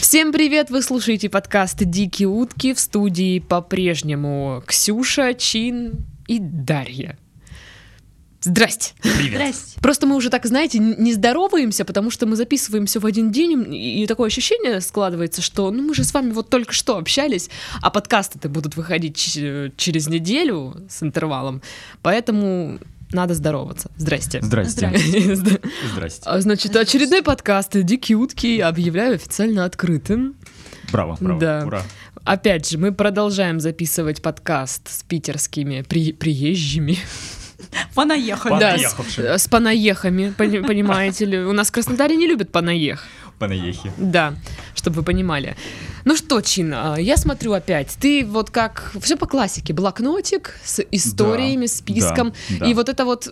Всем привет! Вы слушаете подкаст «Дикие утки» в студии по-прежнему Ксюша, Чин и Дарья. Здрасте! Привет. Здрасте. Просто мы уже так, знаете, н- не здороваемся, потому что мы записываем все в один день, и и такое ощущение складывается, что ну мы же с вами вот только что общались, а подкасты-то будут выходить ч- через неделю с интервалом, поэтому надо здороваться. Здрасте. Здрасте. Здрасте. А, Значит, очередной подкаст «Дикие утки» объявляю официально открытым. Браво, браво. Да. Ура. Опять же, мы продолжаем записывать подкаст с питерскими при- приезжими. Понаехали. Да, с, Понаехавшим. э, с панаехами, пони- понимаете ли. У нас в Краснодаре не любят панаех. Панаехи. Да, чтобы вы понимали. Ну что, Чин, а, я смотрю опять. Ты вот как... Все по классике. Блокнотик с историями, Да, списком. да, да. И вот это вот...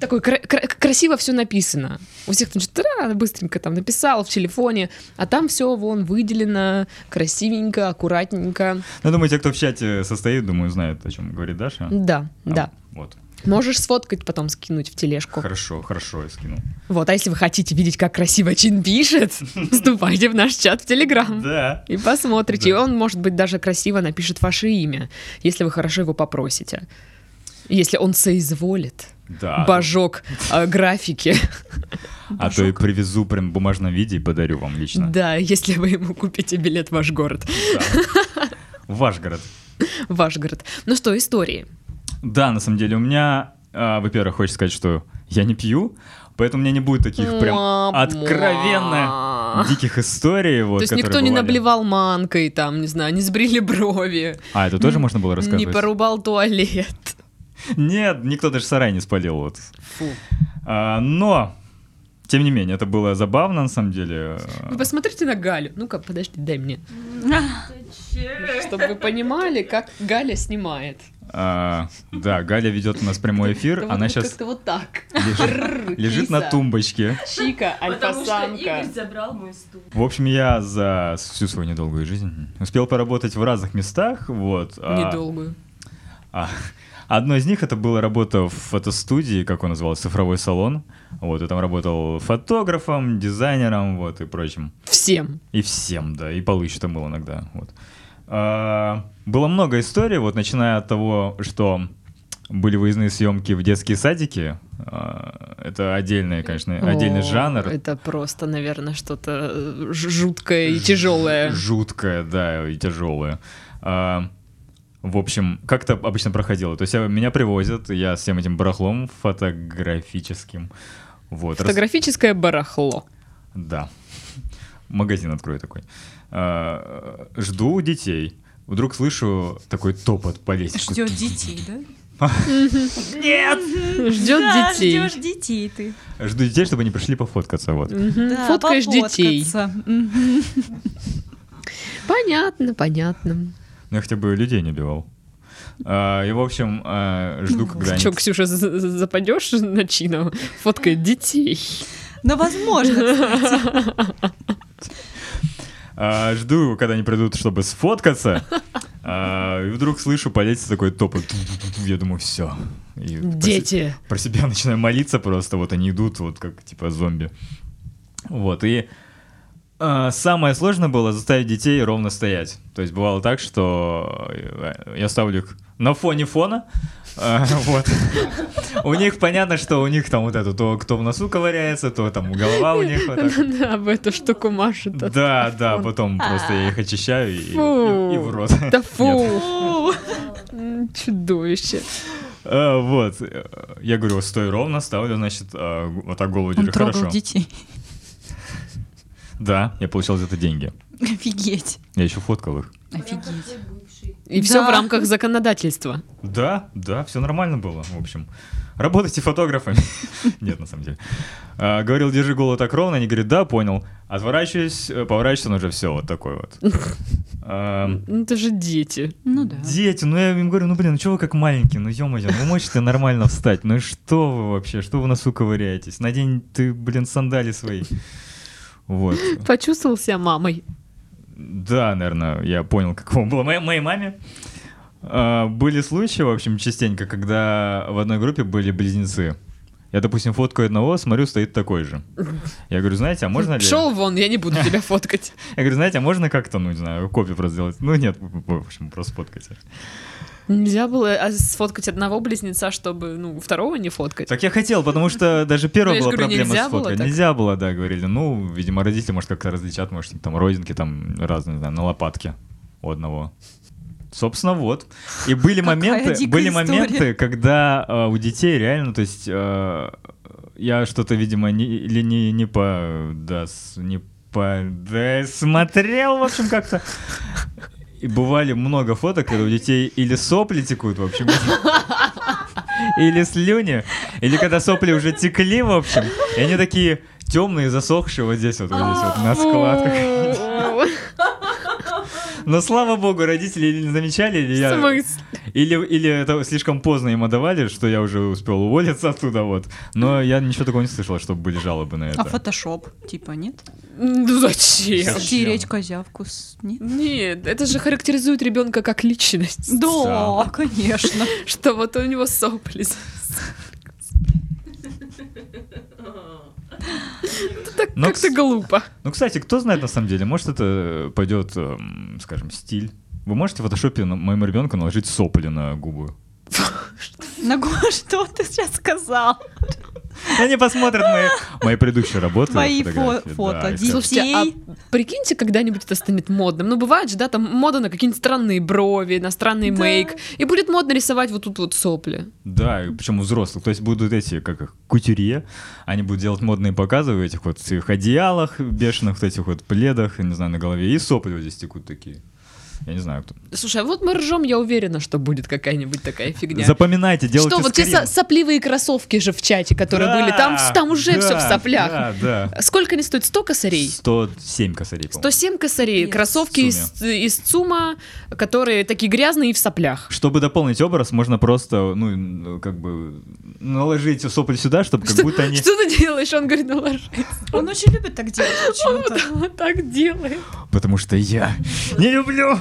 Такое кра- кра- красиво все написано. У всех там что-то «Тра», быстренько там написал в телефоне, а там все вон выделено красивенько, аккуратненько. Ну, думаю, те, кто в чате состоит, думаю, знают, о чем говорит Даша. Да, А, да. Вот. Можешь сфоткать, потом скинуть в тележку. Хорошо, хорошо, я скинул. Вот, а если вы хотите видеть, как красиво Чин пишет, вступайте в наш чат в Телеграм. Да. И посмотрите. И Да. он, может быть, даже красиво напишет ваше имя, если вы хорошо его попросите. Если он соизволит. А, Да. Божок э, графики. А то и привезу прям в бумажном виде и подарю вам лично. Да, если вы ему купите билет в ваш город. Да. Ваш город. В Ваш город. Ну что, истории. Да, на самом деле у меня, а, во-первых, хочется сказать, что я не пью, поэтому у меня не будет таких прям Муа-муа. откровенно диких историй. Вот, То есть никто которые не бывали. наблевал манкой, там, не знаю, не сбрили брови, А, это тоже можно было рассказывать? не порубал туалет. Нет, никто даже сарай не спалил. Вот. Фу. А, но, тем не менее, это было забавно, на самом деле. Вы посмотрите на Галю. Ну-ка, подожди, дай мне. Э. Чтобы вы понимали, как Галя снимает. А, да, Галя ведет у нас прямой эфир, Вот она тут сейчас Как-то вот так. лежит, лежит на киса. тумбочке. Чика, Потому что Игорь альфа-самка. забрал мой стул. В общем, я за всю свою недолгую жизнь успел поработать в разных местах, вот. а- Недолгую. а, одно из них это была работа в фотостудии, как он назывался, цифровой салон. Вот, и там работал фотографом, дизайнером, вот, и прочим. Всем. И всем, да, и получше там был иногда. Вот. А, было много историй, вот начиная от того, что были выездные съемки в детские садики. А, это отдельный, конечно, отдельный О, жанр. Это просто, наверное, что-то э, ж- жуткое и тяжелое. Жуткое, да, и тяжелое. А, в общем, как это обычно проходило? То есть я- меня привозят, я с всем этим барахлом фотографическим. Вот, рас- Фотографическое барахло. Да. Магазин открою такой. А, Жду детей. Вдруг слышу такой топот по лестнице. Ждет детей, да? Ждет Да, детей. ждешь детей ты. Жду детей, чтобы они пришли пофоткаться. Вот. Мгм. Да, Фоткаешь пофоткаться. детей. Мгм. Понятно, понятно. Но я хотя бы людей не убивал. А, И, в общем, а, жду, когда они... Че, Ксюша, за- за- западешь на чину? Фоткает детей. Но Ну, возможно. А, Жду, когда они придут, чтобы сфоткаться. А, И вдруг слышу по лестнице такой топот. Я думаю, все. Дети. про себя начинаю молиться просто, вот они идут, вот как типа зомби. Вот, и э, самое сложное было заставить детей ровно стоять. То есть бывало так, что э, я ставлю их на фоне фона, э, вот. У них понятно, что у них там вот это, то кто в носу ковыряется, то там голова у них вот так. Она об эту штуку машет. Да, да, потом просто я их очищаю и, и- Фу. и в рот. Да фу. Фу. М, Чудовище. Э, Вот, э, я говорю, стой ровно, ставлю, значит, э, вот так голову Он держу. трогал Хорошо. детей. Да, я получал за это деньги. Офигеть. Я еще фоткал их. Офигеть. И все Да. в рамках законодательства. Да, да, все нормально было, в общем. Работайте фотографами. Нет, на самом деле. А, Говорил, держи голову так ровно, они говорят, да, понял. Отворачиваюсь, э, поворачиваюсь, он уже все вот такой вот. Эм, Ну, это же дети. Ну да. Дети, ну я им говорю, ну блин, ну чего вы как маленькие, ну ё-моё, ну можете нормально встать, ну и что вы вообще, что вы носу ковыряетесь, надень ты, блин, сандали свои. Вот. Почувствовал себя мамой. Да, наверное, я понял, каково было моей, моей маме. А, Были случаи, в общем, частенько, когда в одной группе были близнецы. Я, допустим, фоткаю одного, смотрю, стоит такой же. Я говорю, знаете, а можно ли... Пшел вон, я не буду тебя фоткать. Я говорю, знаете, а можно как-то, ну, не знаю, копию просто сделать? Ну, нет, в общем, просто фоткать. Нельзя было а, сфоткать одного близнеца, чтобы, ну, второго не фоткать. Так я хотел, потому что даже первая Ну, я была же говорю, проблема нельзя с было фоткой. так? Нельзя было, да, говорили. Ну, видимо, родители, может, как-то различат, может, там родинки там разные, не знаю, на лопатке у одного. Собственно, вот. И были Какая моменты, дикая были история. моменты, когда э, у детей реально, то есть э, я что-то, видимо, не, или не, не по... Да, с- не по... Да, смотрел, в общем, как-то. И бывали много фоток, когда у детей или сопли текут, в общем, или слюни, или когда сопли уже текли, в общем, и они такие темные, засохшие вот здесь вот, вот здесь вот, на складках. Но слава богу, родители или не замечали, или я... Смысл? Или, или это слишком поздно им отдавали, что я уже успел уволиться оттуда, вот. Но я ничего такого не слышал, чтобы были жалобы на это. А фотошоп, типа, нет? Ну зачем? Зачем? Стереть козявку с... Нет? Нет, это же характеризует ребенка как личность. Да, конечно. Что вот у него сопли. Это так Ну, как-то кс- глупо. Ну, кстати, кто знает на самом деле, может это пойдет, эм, скажем, стиль. Вы можете в фотошопе на- моему ребенку наложить сопли на губы? На го- что ты сейчас сказал? Они посмотрят мои, мои предыдущие работы. Мои фотографии, фо- фото, да, и детей. скажут, Слушайте, а Детей. прикиньте, когда-нибудь это станет модным. Ну, бывает же, да, там мода на какие-нибудь странные брови, на странный Да. мейк. И будет модно рисовать вот тут вот сопли. Да, и причем у взрослых. То есть будут эти, как их, кутюрье. Они будут делать модные показы в этих вот своих одеялах бешеных, в этих вот пледах, не знаю, на голове. И сопли вот здесь текут такие. Я не знаю, кто. Слушай, а вот мы ржем, я уверена, что будет какая-нибудь такая фигня. Запоминайте, делайте Что вот те со- скрин. сопливые кроссовки же в чате, которые Да, были, там, в- там уже да, все в соплях. Да, да. Сколько они стоят? 100 косарей? 107 косарей, по-моему. 107 косарей. Yes. Кроссовки из, из ЦУМа, которые такие грязные и в соплях. Чтобы дополнить образ, можно просто, ну, как бы, наложить сопли сюда, чтобы как Что, будто они... что ты делаешь? Он говорит, ну ложись. Он очень любит так делать почему-то. Вот так делает. Потому что я не люблю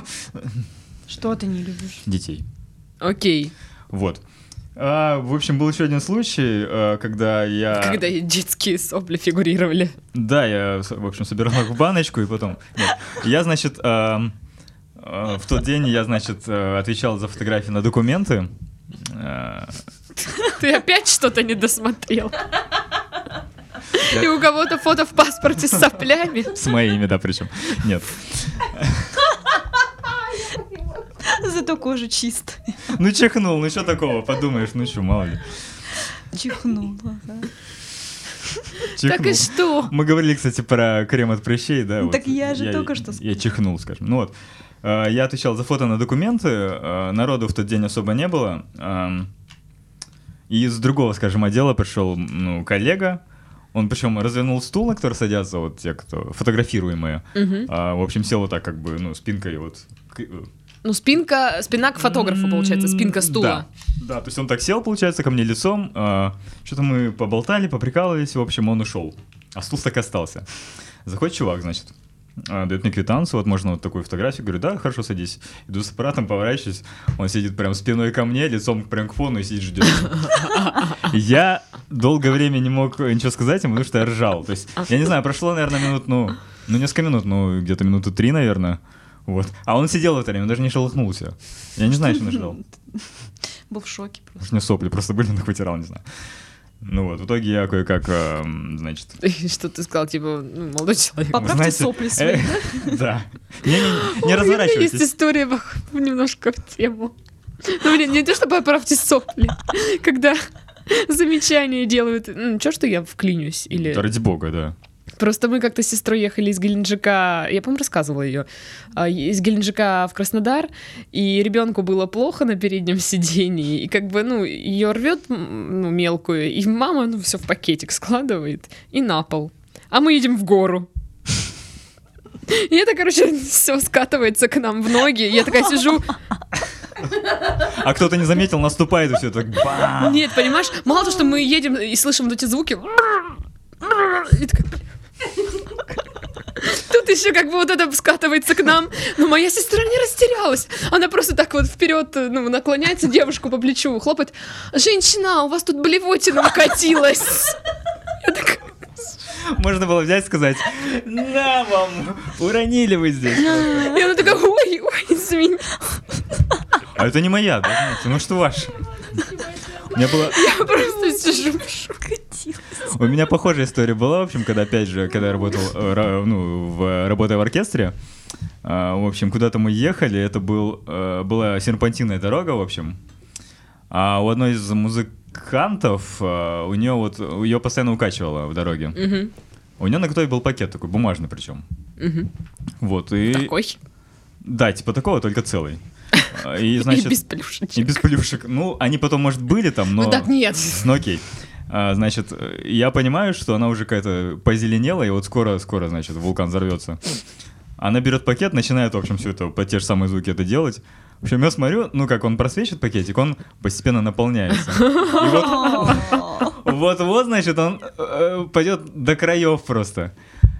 Что ты не любишь? детей. Окей. Вот. А, в общем, был еще один случай, а, когда я... Когда и детские сопли фигурировали. Да, я, с- в общем, собирал их в баночку, и потом... Нет. Я, значит, эм, э, в тот день я, значит, э, отвечал за фотографии на документы. Э, Ты опять что-то не досмотрел. Я- И у кого-то фото в паспорте с соплями. С моими, да, причем. Нет. Зато кожа чистая. Ну, чихнул, ну что такого, подумаешь, ну что, мало ли. Чихнула, да. Чихнул. Так и что? Мы говорили, кстати, про крем от прыщей, да? Ну, вот. так я же только что Я сказала. чихнул, скажем. Ну вот. Э, Я отвечал за фото на документы. э, Народу в тот день особо не было. Эм, И из другого, скажем, отдела пришел ну, коллега. Он причем развернул стул, на который садятся вот те, кто фотографируемые. Мгм. А, в общем, сел вот так как бы, ну, спинкой вот. к- Ну, спинка, спина к фотографу, получается, спинка стула. Да, да, то есть он так сел, получается, ко мне лицом. а, Что-то мы поболтали, поприкалывались, в общем, он ушел. А стул так и остался. Заходит чувак, значит, а, дает мне квитанцию, вот можно вот такую фотографию, говорю, да, хорошо, садись. Иду с аппаратом, поворачиваюсь, он сидит прям спиной ко мне, лицом прям к фону и сидит, ждет. Я долгое время не мог ничего сказать ему, потому что я ржал. То есть, я не знаю, прошло, наверное, минут, ну, ну, несколько минут, ну, где-то минуту три, наверное. Вот. А он сидел в это время, он даже не шелохнулся. Я не знаю, что он ждал. Был в шоке просто. Может, у него сопли просто были, он их вытирал, не знаю. Ну вот, в итоге я кое-как, эм, значит... И Что ты сказал, типа, ну, молодой человек. Поправьте знаете, сопли э, свои, Да. Не, не- не У меня есть разворачивайтесь. история пох- немножко в тему. Ну, блин, не то, что поправьте сопли, когда замечания делают. Ну, чё, что я вклинюсь? Или... Да Ради бога, да. Просто мы как-то с сестрой ехали из Геленджика, я, по-моему, рассказывала ее, из Геленджика в Краснодар, и ребенку было плохо на переднем сидении, и как бы, ну, ее рвет м, ну, мелкую, и мама, ну, все в пакетик складывает и на пол. А мы едем в гору. И это, короче, все скатывается к нам в ноги. Я такая сижу, А кто-то не заметил, наступает и все так бам. нет, понимаешь, мало того, что мы едем и слышим вот эти звуки. И такая, «Бля». Тут тут еще как бы вот это скатывается к нам. Но моя сестра не растерялась. Она просто так вот вперед ну, наклоняется, девушку по плечу хлопает. Женщина, у вас тут блевотина укатилась. Я так, Можно было взять и сказать, на вам, уронили вы здесь. и она такая, ой, ой, извини. А это не моя, да, знаете, ну что ваша? У меня была, Я просто сижу. у меня похожая история была, в общем, когда опять же, когда я работал, э, ра- ну, в, работая в оркестре, а, в общем, куда-то мы ехали, это был, э, была серпантинная дорога, в общем, а у одной из музыкантов, а, у нее вот, ее постоянно укачивало в дороге. Мгм, У нее на готове был пакет такой, бумажный причем. мгм. Вот, и... Такой. Да, типа такого, только целый. А, И, И значит... без плюшечек. И без плюшек. Ну, они потом, может, были там, но... Ну так нет. Ну окей. А, значит, э, я понимаю, что она уже какая-то позеленела, и вот скоро-скоро, значит, вулкан взорвется. Она берет пакет, начинает, в общем, все это, по те же самые звуки это делать. В общем, я смотрю, ну как, он просвечит пакетик, он постепенно наполняется. И вот вот-вот, значит, он э, пойдет до краев просто.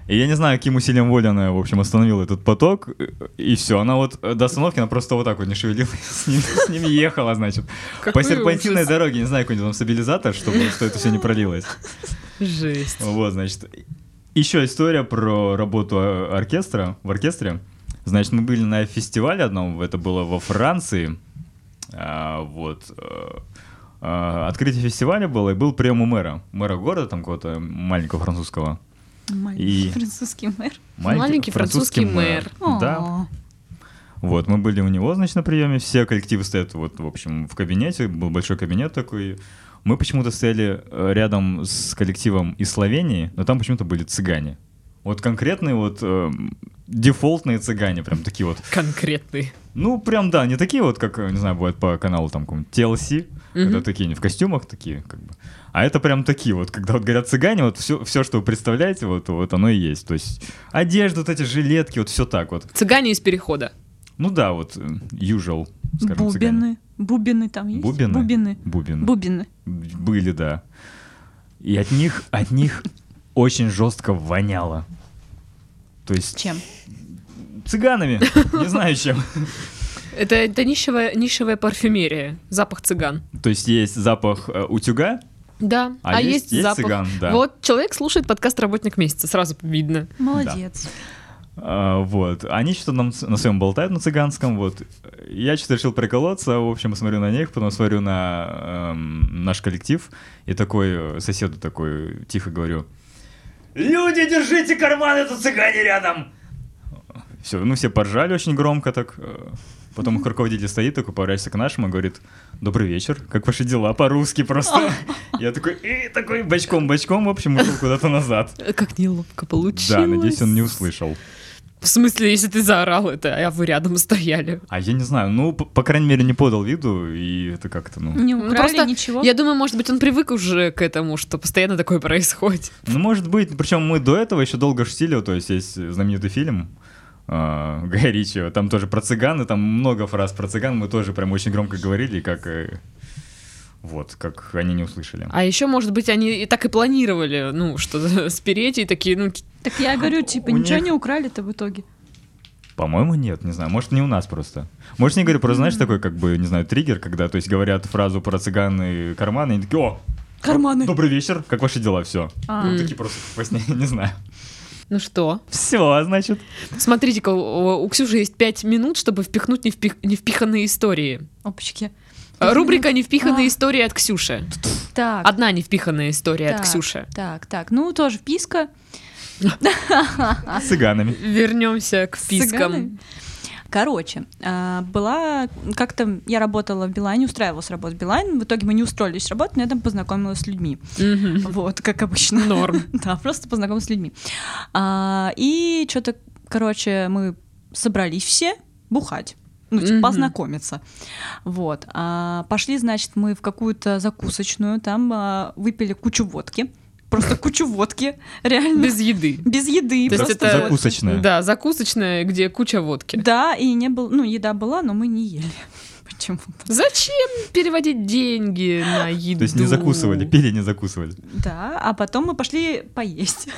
И я не знаю, каким усилием воли она, в общем, остановила этот поток. э, И все, она вот э, до остановки, она просто вот так вот не шевелилась, с ним, с ним ехала, значит. По Какой серпантинной ужас. дороге, не знаю, какой-нибудь там стабилизатор, чтобы что это все не пролилось. Жесть. Вот, значит. Еще история про работу э, оркестра в оркестре. Значит, мы были на фестивале одном, это было во Франции. А, вот. э, а, открытие фестиваля было, и был прием у мэра. Мэра города, там какого-то маленького французского. Маленький французский мэр. Маленький, Маленький французский О, Да. Вот, мы были у него, значит, на приеме, все коллективы стоят вот, в общем, в кабинете, был большой кабинет такой. Мы почему-то стояли э, рядом с коллективом из Словении, но там почему-то были цыгане. Вот конкретные вот эм, дефолтные цыгане, прям такие вот. Конкретный. Ну, прям, да, не такие вот, как, э, не знаю, бывает по каналу там какому-нибудь TLC, когда Мгм. такие не в костюмах такие, как бы. А это прям такие вот, когда вот говорят цыгане, вот все, все что вы представляете, вот, вот оно и есть. То есть одежда, вот эти жилетки, вот все так вот. Цыгане из перехода. Ну да, вот э, usual, скажем, цыгане. Бубины. Бубины там есть? Бубины? Бубины. Бубен. Бубины. Были, да. И от них, от них очень жестко воняло. То есть Чем? цыганами, не знаю чем. Это, это нишевая, нишевая парфюмерия. Запах цыган. То есть есть запах э, утюга, Да, а, есть, есть запах. цыган, да. Вот человек слушает подкаст «Работник месяца», сразу видно. Молодец. А, вот. Они что-то нам ц- на своем болтают на цыганском, вот. Я что-то решил приколоться, в общем, смотрю на них, потом смотрю на эм, наш коллектив, и такой э, соседу такой тихо говорю. Люди, держите карманы, тут цыгане рядом! Все, ну все поржали очень громко так. э, Потом их руководитель стоит, такой поворачивается к нашему и говорит, добрый вечер, как ваши дела, по-русски просто. Я такой, и такой бочком-бочком, в общем, ушел куда-то назад. Э, Как неловко получилось. Да, надеюсь, он не услышал. В смысле, если ты заорал это, а вы рядом стояли? А я не знаю, ну, п- по крайней мере, не подал виду, и это как-то, ну... Не Ну, украли просто ничего? Я думаю, может быть, он привык уже к этому, что постоянно такое происходит. Ну, может быть, причем мы до этого еще долго штили, то есть есть знаменитый фильм а, Гая Ричи, там тоже про цыган, и там много фраз про цыган, мы тоже прям очень громко говорили, и как... э, Вот, как они не услышали. А еще, может быть, они и так и планировали, ну, что-то спереть, и такие, ну, Так я говорю, типа, У ничего них- не украли-то в итоге. По-моему, нет, не знаю. Может, не у нас просто. Может, не говорю про, знаешь, такой, как бы, не знаю, триггер, когда, то есть, говорят фразу про цыган и карманы, и они такие, о, Карманы. добрый вечер, как ваши дела, все. А. М. Такие просто во сне, не знаю. ну что? Все, значит. Смотрите-ка, у, у Ксюши есть пять минут, чтобы впихнуть невпих- невпиханные истории. Опачки. А, Рубрика «Невпиханные А. истории от Ксюши». Так. Одна невпиханная история так, от Ксюши. Так, так. Ну, тоже вписка. С цыганами. Вернемся к С спискам. цыганами? Короче, а, была как-то я работала в Билайне, устраивалась работать в Билайн. В итоге мы не устроились работать, но я там познакомилась с людьми. Мгм. Вот, как обычно. Норм. Да, просто познакомилась с людьми. А, И что-то, короче, мы собрались все бухать. Ну, типа, Мгм. познакомиться. Вот. А, Пошли, значит, мы в какую-то закусочную, там а, выпили кучу водки. Просто кучу водки, реально. Без еды. Без еды. То есть просто это- водки. Закусочная. Да, закусочная, где куча водки. Да, и не было, ну, еда была, но мы не ели. Почему-то. Зачем переводить деньги на еду? То есть не закусывали, пили, не закусывали. Да, а потом мы пошли поесть.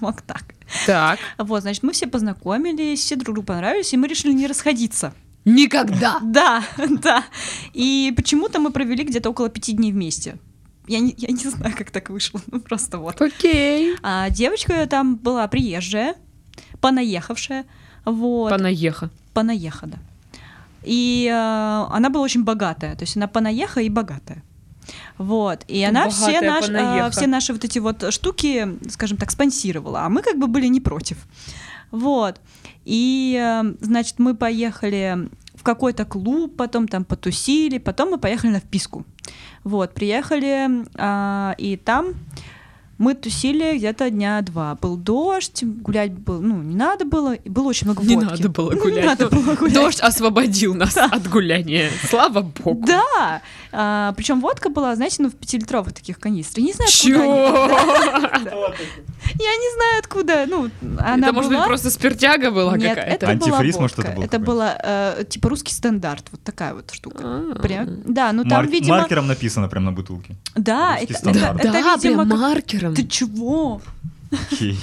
Вот так. Так. Вот, значит, мы все познакомились, все друг другу понравились, и мы решили не расходиться. Никогда. Да, да. И почему-то мы провели где-то около пяти дней вместе. Я не, я не знаю, как так вышло. Ну, просто вот. Окей. А девочка там была приезжая, понаехавшая. Вот. Понаеха. Понаеха, да. И э, она была очень богатая, то есть она понаеха и богатая. Вот. И она все, Богатая наш- э, понаеха. все наши вот эти вот штуки, скажем так, спонсировала, а мы как бы были не против. Вот. И, э, значит, мы поехали в какой-то клуб, потом там потусили, потом мы поехали на вписку. Вот, приехали, а, и там мы тусили где-то дня два. Был дождь, гулять было, ну, не надо было, и было очень много Не водки. надо было Ну, гулять. Не надо было гулять. Дождь освободил нас от гуляния. Слава богу. Да, причем водка была, знаете, ну в пятилитровых таких канистрах. Не знаю, откуда они. Чего? Я не знаю, откуда. Ну, она Это, может быть, была. просто спиртяга была Нет, какая-то? это была Антифриз, водка. может, это был Это какой-нибудь? была э, типа русский стандарт, вот такая вот штука. А. Прям. Да, ну там, Марк- видимо, Маркером написано прям на бутылке. да, русский это, стандарт. это- это, Да, видимо, прям как- маркером. Ты чего? Окей.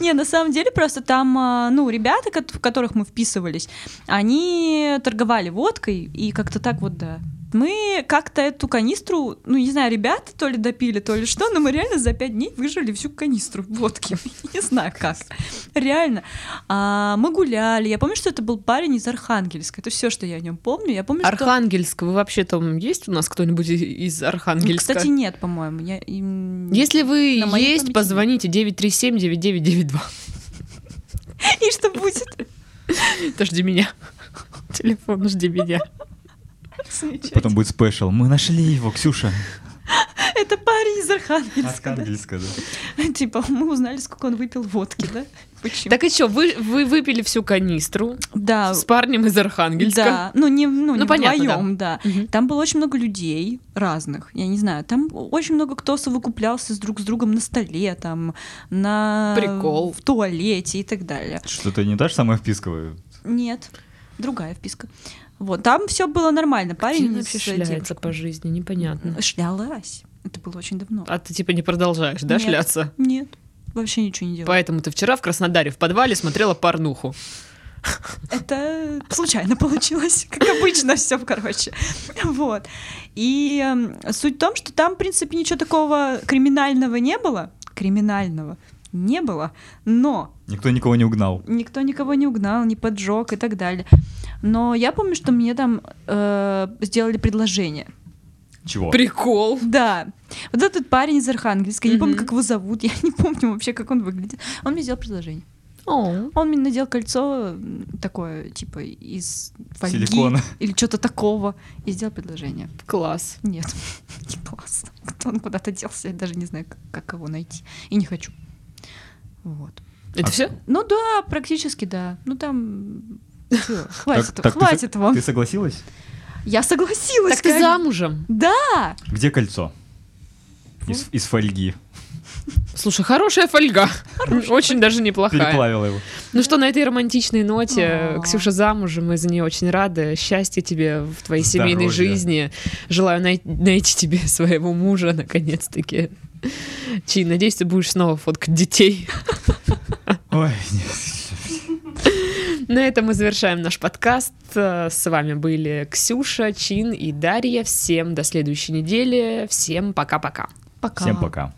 Не, на самом деле просто там, а, ну, ребята, кот- в которых мы вписывались, они торговали водкой и как-то так вот, да. Мы как-то эту канистру, ну, не знаю, ребята то ли допили, то ли что, но мы реально за пять дней выжили всю канистру водки. Не знаю как. Реально. А, мы гуляли. Я помню, что это был парень из Архангельска. Это все, что я о нем помню. Я помню, Ну, что... Архангельск, вы вообще там есть у нас кто-нибудь и- из Ну, Архангельска? Кстати, нет, по-моему. Я... им- Если вы На моей есть, памяти позвоните 937-9992. И что будет? Это жди меня. Телефон, жди меня. Потом будет спешл. Мы нашли его, Ксюша. Это парень из Архангельска. да? Архангельска, да. Типа, мы узнали, сколько он выпил водки, да? Почему? Так и что, вы, вы выпили всю канистру да, с парнем из Архангельска? А, да. Ну, не, ну, не Ну, понятно, вдвоем, да. Мгм. Там было очень много людей разных, я не знаю. Там очень много кто совокуплялся с друг с другом на столе, там, на... Прикол. В туалете и так далее. Что-то не та же самая вписка? вы? Нет, другая вписка. Вот, там все было нормально. Где Парень она с вообще шляется по жизни? Непонятно. девушкой. Шлялась. Это было очень давно. А ты типа не продолжаешь, да, Ну, Нет. шляться? Нет, вообще ничего не делала. Поэтому ты вчера в Краснодаре в подвале смотрела порнуху. Это случайно получилось, как обычно все, короче. Вот. И эм, суть в том, что там, в принципе, ничего такого криминального не было. Криминального не было, но Никто никого не угнал. никто никого не угнал, не поджег и так далее. Но я помню, что мне там э, сделали предложение. Чего? Прикол. Да. Вот этот парень из Архангельска, я не помню, Мгм. как его зовут, я не помню вообще, как он выглядит. Он мне сделал предложение. О. Он мне надел кольцо м, такое, типа, из фольги Силикона. или что-то такого, и сделал предложение. Класс. Нет, не классно. Он куда-то делся, я даже не знаю, как- как его найти. И не хочу. Вот. Это А- все? Ну да, практически да. Ну там... всё, Так- Хватит, так ты со- хватит вам. Ты согласилась? Я согласилась. Так ты конечно. замужем. Да! Где кольцо? Из, из фольги. Слушай, хорошая фольга. Очень даже неплохая. Переплавила его. Ну что, на этой романтичной ноте, А. Ксюша замужем, мы за нее очень рады. Счастья тебе в твоей Здоровья. семейной жизни. Желаю най- найти тебе своего мужа, наконец-таки. Чи, надеюсь, ты будешь снова фоткать детей. Ой, нет. На этом мы завершаем наш подкаст. Э, С вами были Ксюша, Чин и Дарья. Всем до следующей недели. Всем пока-пока. Пока. Всем пока.